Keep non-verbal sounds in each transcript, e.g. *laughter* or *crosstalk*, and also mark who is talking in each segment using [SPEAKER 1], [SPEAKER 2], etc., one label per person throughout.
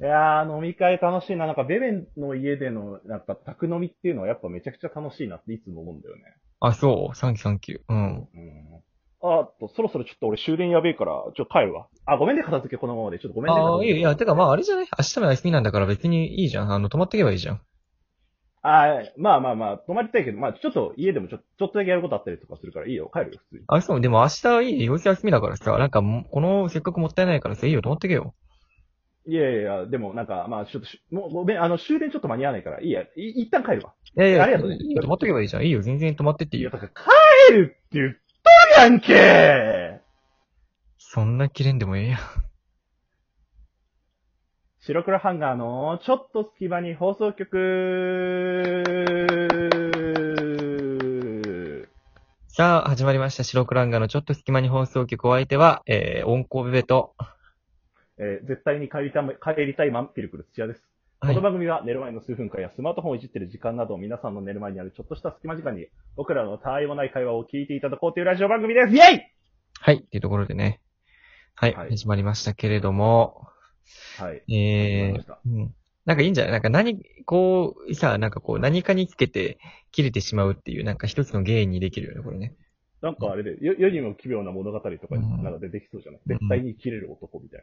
[SPEAKER 1] いやー、飲み会楽しいな。なんか、ベベンの家での、なんか、宅飲みっていうのはやっぱめちゃくちゃ楽しいなっていつも思うんだよね。
[SPEAKER 2] あ、そう。サンキューサンキュー。うん。
[SPEAKER 1] うん。ああと、そろそろちょっと俺終電やべえから、ちょっと帰るわ。あ、ごめんね、片付けこのままで。ちょっとごめんね。
[SPEAKER 2] ああ、いやいや、てかまああれじゃない明日も休みなんだから別にいいじゃん。あの、泊まってけばいいじゃん。
[SPEAKER 1] あーまあまあまあ、泊まりたいけど、まあちょっと家でもちょちょっとだけやることあったりとかするからいいよ、帰るよ、普通に。
[SPEAKER 2] あ、そう。でも明日いいよ。休みだからさ。なんかもう、この、せっかくもったいないからさ、いいよ。泊まってけよ。
[SPEAKER 1] いやいやいや、でもなんか、まあちょっとし、もうごめん、あの、終電ちょっと間に合わないから、いいや、い一旦帰るわ。
[SPEAKER 2] いやいや、
[SPEAKER 1] ありがとうね
[SPEAKER 2] いいよ。泊まってけばいいじゃん。いいよ。全然泊まってっていい
[SPEAKER 1] いや、
[SPEAKER 2] よ。
[SPEAKER 1] だから帰るって言ったやんけ
[SPEAKER 2] そんな切れんでもええやん。
[SPEAKER 1] 白黒ハンガーのちょっと隙間に放送局
[SPEAKER 2] さあ、始まりました。白黒ランガーのちょっと隙間に放送局お相手は、えー、温厚ベベと、
[SPEAKER 1] えー絶対に帰りたま帰りたいマンピルクル土屋です。
[SPEAKER 2] はい
[SPEAKER 1] この番組は寝る前の数分間やスマートフォンをいじってる時間など皆さんの寝る前にあるちょっとした隙間時間に僕らの他愛もない会話を聞いていただこうというラジオ番組ですイェイ
[SPEAKER 2] はい、っていうところでね。はい、
[SPEAKER 1] はい
[SPEAKER 2] 始まりましたけれども、
[SPEAKER 1] はい。
[SPEAKER 2] え
[SPEAKER 1] わかりま
[SPEAKER 2] ー
[SPEAKER 1] した、
[SPEAKER 2] うん。なんかいいんじゃないなんか何、こう、さ、なんかこう、何かにつけて切れてしまうっていう、なんか一つの原因にできるよね、これね。
[SPEAKER 1] なんかあれで、よ世にも奇妙な物語とかになんか出てきそうじゃない、
[SPEAKER 2] うん
[SPEAKER 1] 絶対に切れる男みたい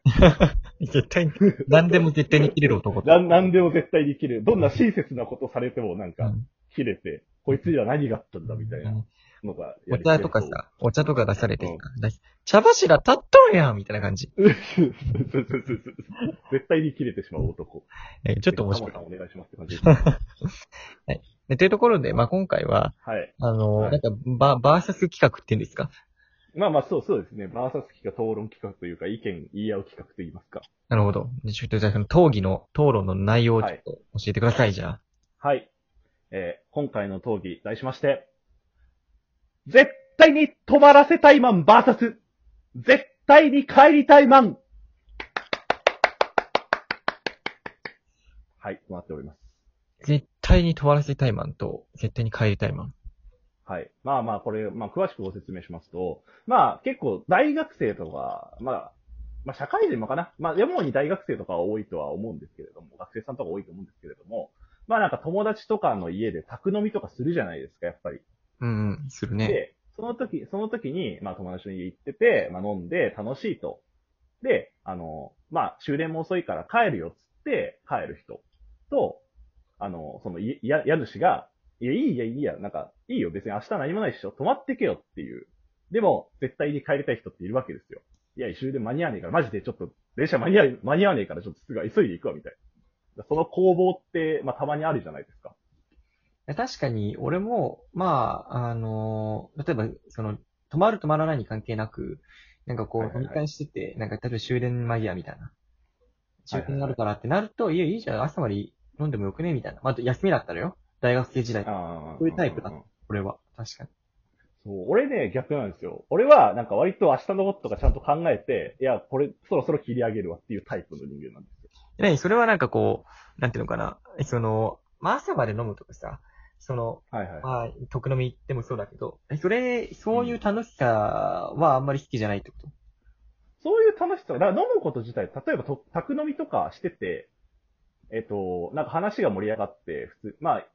[SPEAKER 2] 絶対に、何でも絶対に切れる男と。
[SPEAKER 1] な。な、なんでも絶対に切れる。どんな親切なことされてもなん
[SPEAKER 2] う
[SPEAKER 1] か
[SPEAKER 2] ん
[SPEAKER 1] 切れて、こいつには何があったんだみたいな。のがや
[SPEAKER 2] お
[SPEAKER 1] りたい
[SPEAKER 2] 茶とかさ、お茶とか出されてさ、
[SPEAKER 1] う
[SPEAKER 2] だし茶柱立っとんやんみたいな感じ。
[SPEAKER 1] そう。そうそうそうそう *laughs* 絶対に切れてしまう男。
[SPEAKER 2] えーちょっと面白い
[SPEAKER 1] タ。モさんお願いしますって感じです。は
[SPEAKER 2] でというところで、まあ、今回は、
[SPEAKER 1] い。
[SPEAKER 2] あの、
[SPEAKER 1] はい
[SPEAKER 2] なんか、バ、バーサス企画って言うんですか
[SPEAKER 1] まあまあ、そうそうですね。バーサス企画、討論企画というか、意見言い合う企画と言いますか。
[SPEAKER 2] なるほど。でちょっとじゃあ、その討議の、討論の内容をちょ
[SPEAKER 1] は
[SPEAKER 2] っ
[SPEAKER 1] い
[SPEAKER 2] と教えてください、じゃあ。
[SPEAKER 1] はい。えー今回の討議、題しまして、絶対に止まらせたいマンバーサス、絶対に帰りたいマンはい、止まっております。
[SPEAKER 2] 絶対に問わらせたいマンと、絶対に帰りたいマン。
[SPEAKER 1] はい。まあまあ、これ、まあ、詳しくご説明しますと、まあ、結構、大学生とか、まあ、まあ、社会人もかな。まあ、主に大学生とかは多いとは思うんですけれども、学生さんとか多いと思うんですけれども、まあなんか友達とかの家で宅飲みとかするじゃないですか、やっぱり。
[SPEAKER 2] うん、うん、するね。
[SPEAKER 1] で、その時、その時に、まあ友達の家行ってて、まあ飲んで楽しいと。で、あの、まあ終電も遅いから帰るよっつって、帰る人と、あの、その家、家家主が、いや、いいや、いいや、なんか、いいよ、別に明日何もないっしょ、泊まってけよっていう。でも、絶対に帰りたい人っているわけですよ。いや、終電間に合わねえから、マジでちょっと、電車間に合い間に合わねえから、ちょっとすぐ急いで行くわ、みたいな。その攻防って、まあ、たまにあるじゃないですか。
[SPEAKER 2] 確かに、俺も、まあ、あの、例えば、その、止まる止まらないに関係なく、なんかこ
[SPEAKER 1] はいはいはい
[SPEAKER 2] してて、なんか、例えば終電間際みたいな。
[SPEAKER 1] はいはい
[SPEAKER 2] からってなると、いや、いいじゃん、朝まで飲んでもよくねみたいな。まあ、あと休みだったらよ。大学生時代、
[SPEAKER 1] あー
[SPEAKER 2] そういうタイプだ俺は。確かに。
[SPEAKER 1] そう、俺ね、逆なんですよ。俺は、なんか割と明日のこととかちゃんと考えて、いや、これ、そろそろ切り上げるわっていうタイプの人間なんですよ。
[SPEAKER 2] ね、それはなんかこう、なんていうのかな、その、まあ、朝まで飲むとかさ、その、
[SPEAKER 1] はいはい。
[SPEAKER 2] まあ、特飲み行ってもそうだけど、えそれ、そういう楽しさはあんまり好きじゃないってこと、
[SPEAKER 1] そういう楽しさ、だから飲むこと自体、例えばと、宅飲みとかしてて、えっと、なんか話が盛り上がって、普通、まあ、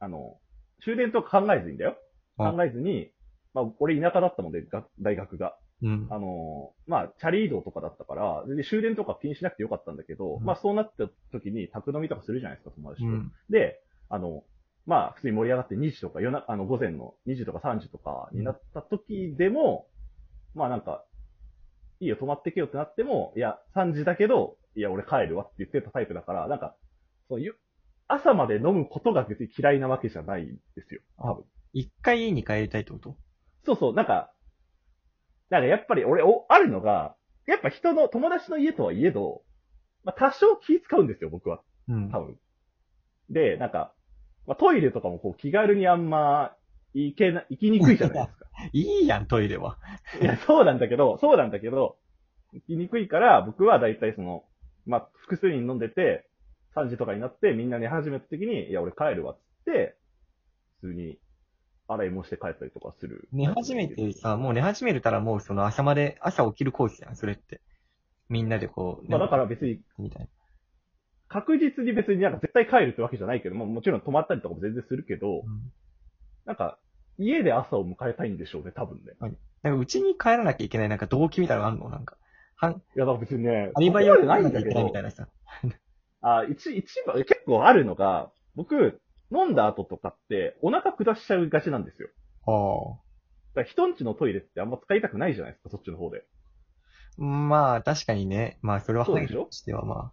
[SPEAKER 1] あの、終電とか考えずにだよ。
[SPEAKER 2] あ
[SPEAKER 1] 考えずに、まあ、俺田舎だったので、が大学が。
[SPEAKER 2] うん。
[SPEAKER 1] あのーまあ、チャリ移動とかだったから、全然終電とか気にしなくてよかったんだけど、
[SPEAKER 2] うん
[SPEAKER 1] まあ、そうなった時に宅飲みとかするじゃないですか、友達
[SPEAKER 2] う
[SPEAKER 1] と。
[SPEAKER 2] ん。
[SPEAKER 1] で、あの、まあ、普通に盛り上がって2時とか、夜な、あの、午前の2時とか3時とかになった時でも、まあなんか、いいよ、泊まってけよってなっても、いや、3時だけど、いや、俺帰るわって言ってたタイプだから、なんか、そういう、朝まで飲むことが別に嫌いなわけじゃないんですよ。
[SPEAKER 2] あ、一回家に帰りたいってこと
[SPEAKER 1] そうそう、なんか、なんかやっぱり俺、お、あるのが、やっぱ人の、友達の家とはいえど、まあ多少気使うんですよ、僕は。
[SPEAKER 2] うん
[SPEAKER 1] 多分。で、なんか、まあ、トイレとかもこう気軽にあんま行けな、行きにくいじゃないですか。
[SPEAKER 2] いいやん、トイレは。 *laughs*
[SPEAKER 1] いや、そうなんだけど、そうなんだけど、行きにくいから、僕はだいたいその、まあ、複数人飲んでて、3時とかになってみんな寝始めた時に、いや、俺帰るわっつって、普通に洗い物して帰ったりとかする。
[SPEAKER 2] 寝始めてさ、もう寝始めるたらもうその朝まで、朝起きるコースじゃん、それって。みんなでこう、
[SPEAKER 1] まあだから別に
[SPEAKER 2] みたい
[SPEAKER 1] 確実に別になんか絶対帰るってわけじゃないけど、まあもちろん泊まったりとかも全然するけど、
[SPEAKER 2] うん
[SPEAKER 1] なんか、家で朝を迎えたいんでしょうね、多分ね。
[SPEAKER 2] なんか、うちに帰らなきゃいけない、なんか動機みたいなのあるのなんか。
[SPEAKER 1] いや、だから別にね、
[SPEAKER 2] アリバイ
[SPEAKER 1] そ
[SPEAKER 2] を
[SPEAKER 1] こ
[SPEAKER 2] な
[SPEAKER 1] までなん
[SPEAKER 2] いないきゃ
[SPEAKER 1] だ
[SPEAKER 2] い
[SPEAKER 1] け
[SPEAKER 2] けないみた
[SPEAKER 1] ど、
[SPEAKER 2] いなさ。
[SPEAKER 1] あ、一、一番、結構あるのが、僕、飲んだ後とかって、お腹下しちゃうがちなんですよ。
[SPEAKER 2] あ
[SPEAKER 1] だから人んちのトイレってあんま使いたくないじゃないですか、そっちの方で。
[SPEAKER 2] あ。まあ、確かにね。まあ、それは
[SPEAKER 1] そう
[SPEAKER 2] 配
[SPEAKER 1] でしょ
[SPEAKER 2] 慮としてはま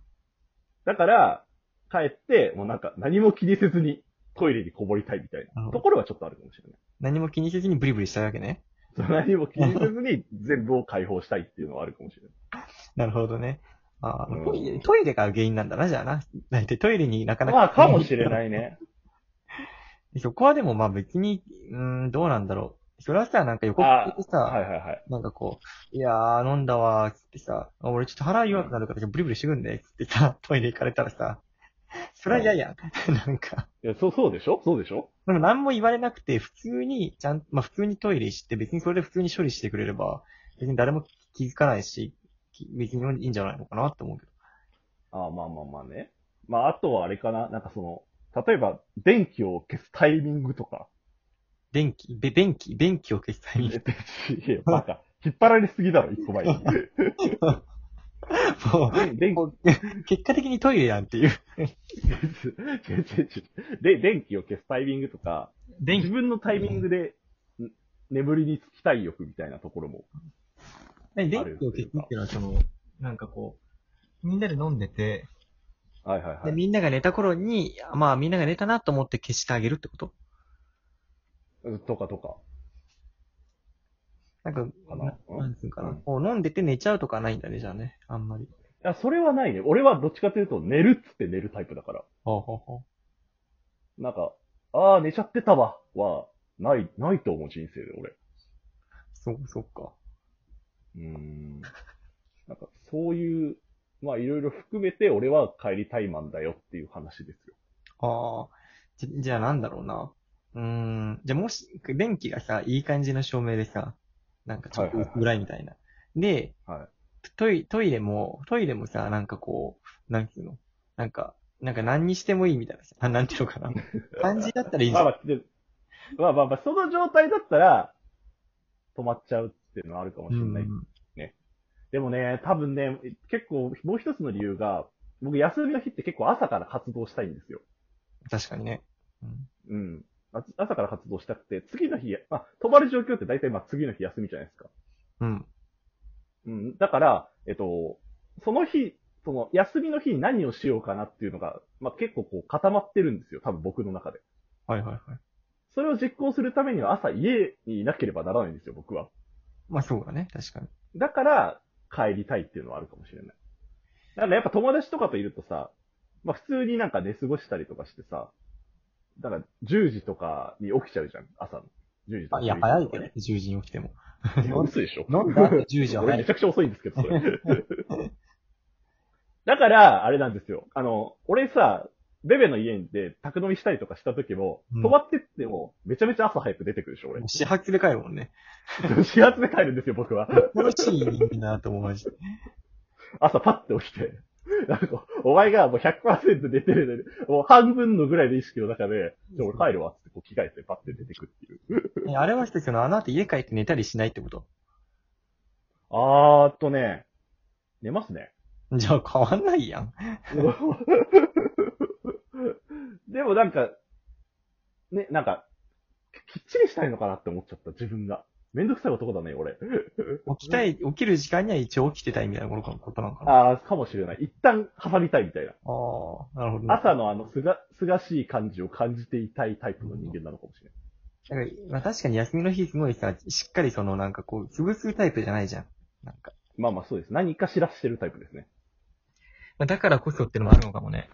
[SPEAKER 1] だから、帰って、もうなんか何も気にせずにトイレにこもりたいみたい
[SPEAKER 2] なるほ
[SPEAKER 1] な
[SPEAKER 2] ど
[SPEAKER 1] ところはちょっとあるかもしれない。
[SPEAKER 2] 何も気にせずにブリブリしたいわけね。
[SPEAKER 1] その何も気にせず
[SPEAKER 2] *laughs*
[SPEAKER 1] に全部を解放したいっていうのはあるかもしれない。
[SPEAKER 2] なるほどね。ああ、
[SPEAKER 1] うん
[SPEAKER 2] トイレ、トイレが原因なんだな、じゃあな。だいたいトイレになかなか。
[SPEAKER 1] まあ、かもしれ
[SPEAKER 2] い。
[SPEAKER 1] ないね。
[SPEAKER 2] そこはでもまあ別に、うーん、どうなんだろう。それはさ、なんか予告でさ、
[SPEAKER 1] はいはいはい。
[SPEAKER 2] なんかこう、いやー、飲んだわー、つってさ、あ俺ちょっと腹弱くなるから、ブリブリしてくんで、つってさ、 *laughs* トイレ行かれたらさ、それは嫌やん。 *laughs* なんか、
[SPEAKER 1] いや、そう、そうでしょそうでしょ
[SPEAKER 2] でも何も言われなくて、普通に、ちゃん、まあ普通にトイレして、別にそれで普通に処理してくれれば、別に誰も気づかないし、き別にいいんじゃないのかなって思うけど。
[SPEAKER 1] ああ、まあまあまあね。まあ、あとはあれかな。なんかその、例えば、電気を消すタイミングとか。
[SPEAKER 2] 電気、べ、便器、便器を消すタイミング。
[SPEAKER 1] いや、なんか、引っ張られすぎだろ、一個前に。
[SPEAKER 2] *laughs* も
[SPEAKER 1] 電気
[SPEAKER 2] う、結果的にトイレやんっていう。
[SPEAKER 1] 違う違う違うで、電気を消すタイミングとか、
[SPEAKER 2] 電
[SPEAKER 1] 自
[SPEAKER 2] 気、
[SPEAKER 1] 分のタイミングで、ん眠りにつきたい欲みたいなところも。
[SPEAKER 2] 何電気を消すっていうのはその、なんかこう、みんなで飲んでて、
[SPEAKER 1] はいはいは
[SPEAKER 2] で、
[SPEAKER 1] い。
[SPEAKER 2] みんなが寝た頃に、まあみんなが寝たなと思って消してあげるってこと
[SPEAKER 1] うんとかとか。
[SPEAKER 2] なんか、
[SPEAKER 1] かな
[SPEAKER 2] ななんつうんかな。
[SPEAKER 1] うん
[SPEAKER 2] こう飲んでて寝ちゃうとかはないんだね、じゃあね。あんまり。
[SPEAKER 1] いや、それはないね。俺はどっちかというと、寝るっつって寝るタイプだから。
[SPEAKER 2] ほうほうほう。
[SPEAKER 1] なんか、ああ、寝ちゃってたわ、は、ない、ないと思う、人生で、俺。
[SPEAKER 2] そう、そっか。
[SPEAKER 1] うーん。なんか、そういう、まあ、いろいろ含めて、俺は帰りたいマンだよっていう話ですよ。
[SPEAKER 2] ああ。じゃ、じゃあなんだろうな。うーん。じゃあもし、電気がさ、いい感じの照明でさ、なんかちょっと
[SPEAKER 1] はいはいはい
[SPEAKER 2] 暗いみたいな。で、
[SPEAKER 1] は
[SPEAKER 2] トイ、トイレも、トイレもさ、なんかこう、なんつうのなんか、なんか何にしてもいいみたいなさ、ななんていうの *laughs* かな。感じだったらいいじ
[SPEAKER 1] ま
[SPEAKER 2] ゃ
[SPEAKER 1] あ
[SPEAKER 2] ん
[SPEAKER 1] ま。あ、でまあまあまあ、その状態だったら、止まっちゃうっていうのはあるかもしれない。
[SPEAKER 2] うん
[SPEAKER 1] でもね、多分ね、結構、もう一つの理由が、僕、休みの日って結構朝から活動したいんですよ。
[SPEAKER 2] 確かにね。う
[SPEAKER 1] う
[SPEAKER 2] ん
[SPEAKER 1] ん。あ朝から活動したくて、次の日、まあ、泊まる状況って大体、まあ、次の日休みじゃないですか。
[SPEAKER 2] うん。
[SPEAKER 1] うん。だから、えっと、その日、その、休みの日に何をしようかなっていうのが、まあ、結構こう固まってるんですよ。多分僕の中で。
[SPEAKER 2] はいはいはい。
[SPEAKER 1] それを実行するためには朝家にいなければならないんですよ、僕は。
[SPEAKER 2] まあそうだね、確かに。
[SPEAKER 1] だから、帰りたいっていうのはあるかもしれない。だからやっぱ友達とかといるとさ、まあ普通になんか寝過ごしたりとかしてさ、だから10時とかに起きちゃうじゃん、朝の。10時とか
[SPEAKER 2] あ、いや、早いけどね、10時に起きても。
[SPEAKER 1] ど。いや *laughs* 嘘でしょ。
[SPEAKER 2] 飲んだ後10時は
[SPEAKER 1] 俺
[SPEAKER 2] 早
[SPEAKER 1] め
[SPEAKER 2] *laughs* い。
[SPEAKER 1] ちゃくちゃ遅いんですけど、それ。 *laughs* だから、あれなんですよ。あの、俺さ、ベベの家で宅飲みしたりとかした時も
[SPEAKER 2] うん、
[SPEAKER 1] 泊まってっても、めちゃめちゃ朝早く出てくるでしょ、俺。
[SPEAKER 2] 始発で帰るもんね。
[SPEAKER 1] *laughs* 始発で帰るんですよ、僕は。
[SPEAKER 2] 楽しいなと思う、マジで。
[SPEAKER 1] 朝パッて起きて。なんか、お前がもう100%出てるのに、もう半分のぐらいの意識の中で、じゃあ俺帰るわっつってこう着替えてパッて出てくっていう。
[SPEAKER 2] えあれはして、その、あの後家帰って寝たりしないってこと
[SPEAKER 1] あーっとね、寝ますね。
[SPEAKER 2] じゃあ変わんないやん。
[SPEAKER 1] *laughs* でもなんか、ね、なんか、ききっちりしたいのかなって思っちゃった、自分が。めんどくさい男だね、俺。
[SPEAKER 2] 起きたい、起きる時間には一応起きてたいみたいなことかことなのかな。あ
[SPEAKER 1] ああ、かもしれない。一旦挟みたいみたいな。
[SPEAKER 2] あー、なるほど、ね。
[SPEAKER 1] 朝のあの、すが、すがしい感じを感じていたいタイプの人間なのかもしれない。
[SPEAKER 2] なんかまあ確かに休みの日すごいさ、しっかりその、なんかこう、潰すタイプじゃないじゃん。なんか。
[SPEAKER 1] まあまあそうです。何かしらしてるタイプですね。
[SPEAKER 2] まあだからこそってのもあるのかもね。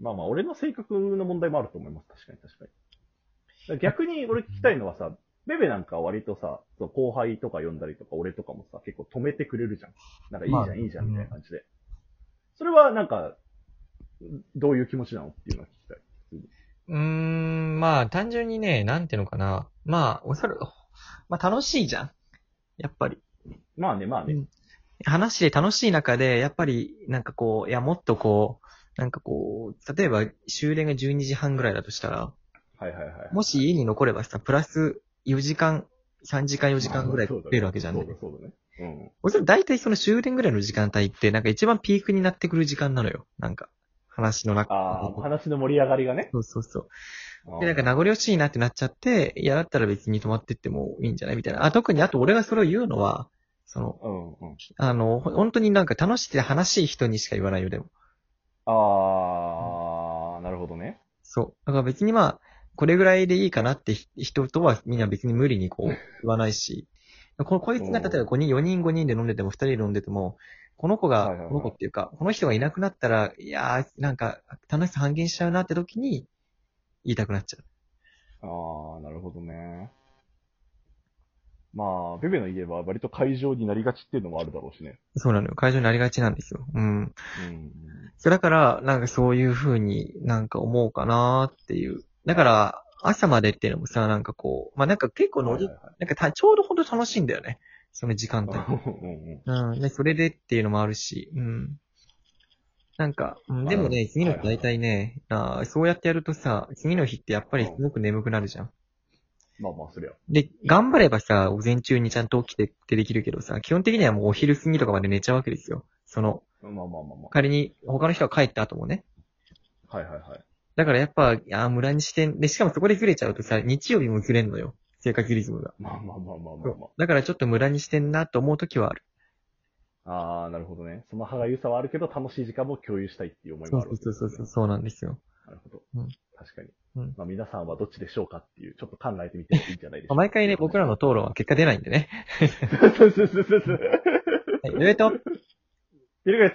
[SPEAKER 1] まあまあ、俺の性格の問題もあると思います。確かに確かに。だから逆に俺聞きたいのはさ、ベベなんかは割とさ、その後輩とか呼んだりとか俺とかもさ、結構止めてくれるじゃん。なんかいいじゃん、
[SPEAKER 2] まあ
[SPEAKER 1] いいじゃんみたいな感じで。それはなんか、どういう気持ちなのっていうのは聞きたい。
[SPEAKER 2] うーん、まあ単純にね、なんていうのかな。まあ、おそらく、まあ楽しいじゃん。やっぱり。
[SPEAKER 1] まあね、まあね。
[SPEAKER 2] 話で楽しい中で、やっぱり、なんかこう、いや、もっとこう、なんかこう、例えば終電が12時半ぐらいだとしたら、
[SPEAKER 1] はいはいはい。
[SPEAKER 2] もし家に残ればさ、プラス4時間、3時間4時間ぐらい
[SPEAKER 1] まあ
[SPEAKER 2] 増えるわけじゃん、
[SPEAKER 1] そうだね。そうだそうだね。
[SPEAKER 2] おそらく大体その終電ぐらいの時間帯って、なんか一番ピークになってくる時間なのよ。なんか、話の
[SPEAKER 1] うん。
[SPEAKER 2] 中。
[SPEAKER 1] ああ、話の盛り上がりがね。
[SPEAKER 2] そうそうそう。
[SPEAKER 1] あー
[SPEAKER 2] で、なんか名残惜しいなってなっちゃって、いや、だったら別に泊まってってもいいんじゃないみたいな。あ、特に、あと俺がそれを言うのは、その、
[SPEAKER 1] うんうん。
[SPEAKER 2] あの、ほ本当になんか楽しくて話しい人にしか言わないよ、でも。
[SPEAKER 1] ああ、なるほどね。
[SPEAKER 2] そう。だから別にまあ、これぐらいでいいかなってひ人とはみんな別に無理にこう、言わないし。ここいつが例えば5人、4人、5人で飲んでても、2人で飲んでても、この子
[SPEAKER 1] は
[SPEAKER 2] が、
[SPEAKER 1] いはいはい
[SPEAKER 2] この子っていうか、この人がいなくなったら、いやーあいつ、なんか、楽しさ半減しちゃうなって時に、言いたくなっちゃう。
[SPEAKER 1] ああ、なるほどね。まあ、ベベの家は割と会場になりがちっていうのもあるだろうしね。
[SPEAKER 2] そうなのよ。会場になりがちなんですよ。うん。
[SPEAKER 1] うん。
[SPEAKER 2] それだから、なんかそういう風になんか思うかなっていう。だから、朝までっていうのもさ、なんかこう、まあなんか結構乗り、
[SPEAKER 1] はい
[SPEAKER 2] なんかたちょうどほんと楽しいんだよね。その時間帯
[SPEAKER 1] はい。
[SPEAKER 2] *laughs*
[SPEAKER 1] はいうんうん
[SPEAKER 2] うん。で、それでっていうのもあるし、うん。なんか、うん、でも
[SPEAKER 1] は
[SPEAKER 2] ね、
[SPEAKER 1] い
[SPEAKER 2] 次の日大体ね、あーそうやってやるとさ、次の日ってやっぱりすごく眠くなるじゃん。
[SPEAKER 1] まあまあ、そりゃ。
[SPEAKER 2] で、頑張ればさ、午前中にちゃんと起きてってできるけどさ、基本的にはもうお昼過ぎとかまで寝ちゃうわけですよ。その、
[SPEAKER 1] まあまあまあま
[SPEAKER 2] 仮に他の人が帰った後もね。
[SPEAKER 1] あ。はいはいはい。
[SPEAKER 2] だからやっぱ、あー村にして、で、しかもそこでずれちゃうとさ、日曜日もずれんのよ。生活リズムが。
[SPEAKER 1] まあまあまあまあまあま
[SPEAKER 2] だからちょっと村にしてんなと思うときはある。
[SPEAKER 1] あ。ああー、なるほどね。その歯がゆさはあるけど、楽しい時間も共有したいっていう思い
[SPEAKER 2] そ
[SPEAKER 1] も
[SPEAKER 2] う
[SPEAKER 1] あるわけで
[SPEAKER 2] そう
[SPEAKER 1] す
[SPEAKER 2] そ
[SPEAKER 1] ね
[SPEAKER 2] うそう、そうなんですよ。
[SPEAKER 1] なるほど。
[SPEAKER 2] うん
[SPEAKER 1] 確かに。
[SPEAKER 2] うん
[SPEAKER 1] まあ皆さんはどっちでしょうかっていう、ちょっと考えてみてもいいんじゃないでしょうか。
[SPEAKER 2] 毎回ね、僕らの。
[SPEAKER 1] *laughs*
[SPEAKER 2] 討論は結果出ないんでね。
[SPEAKER 1] そうそうそうそうそう。
[SPEAKER 2] はい、ルエット
[SPEAKER 1] いるか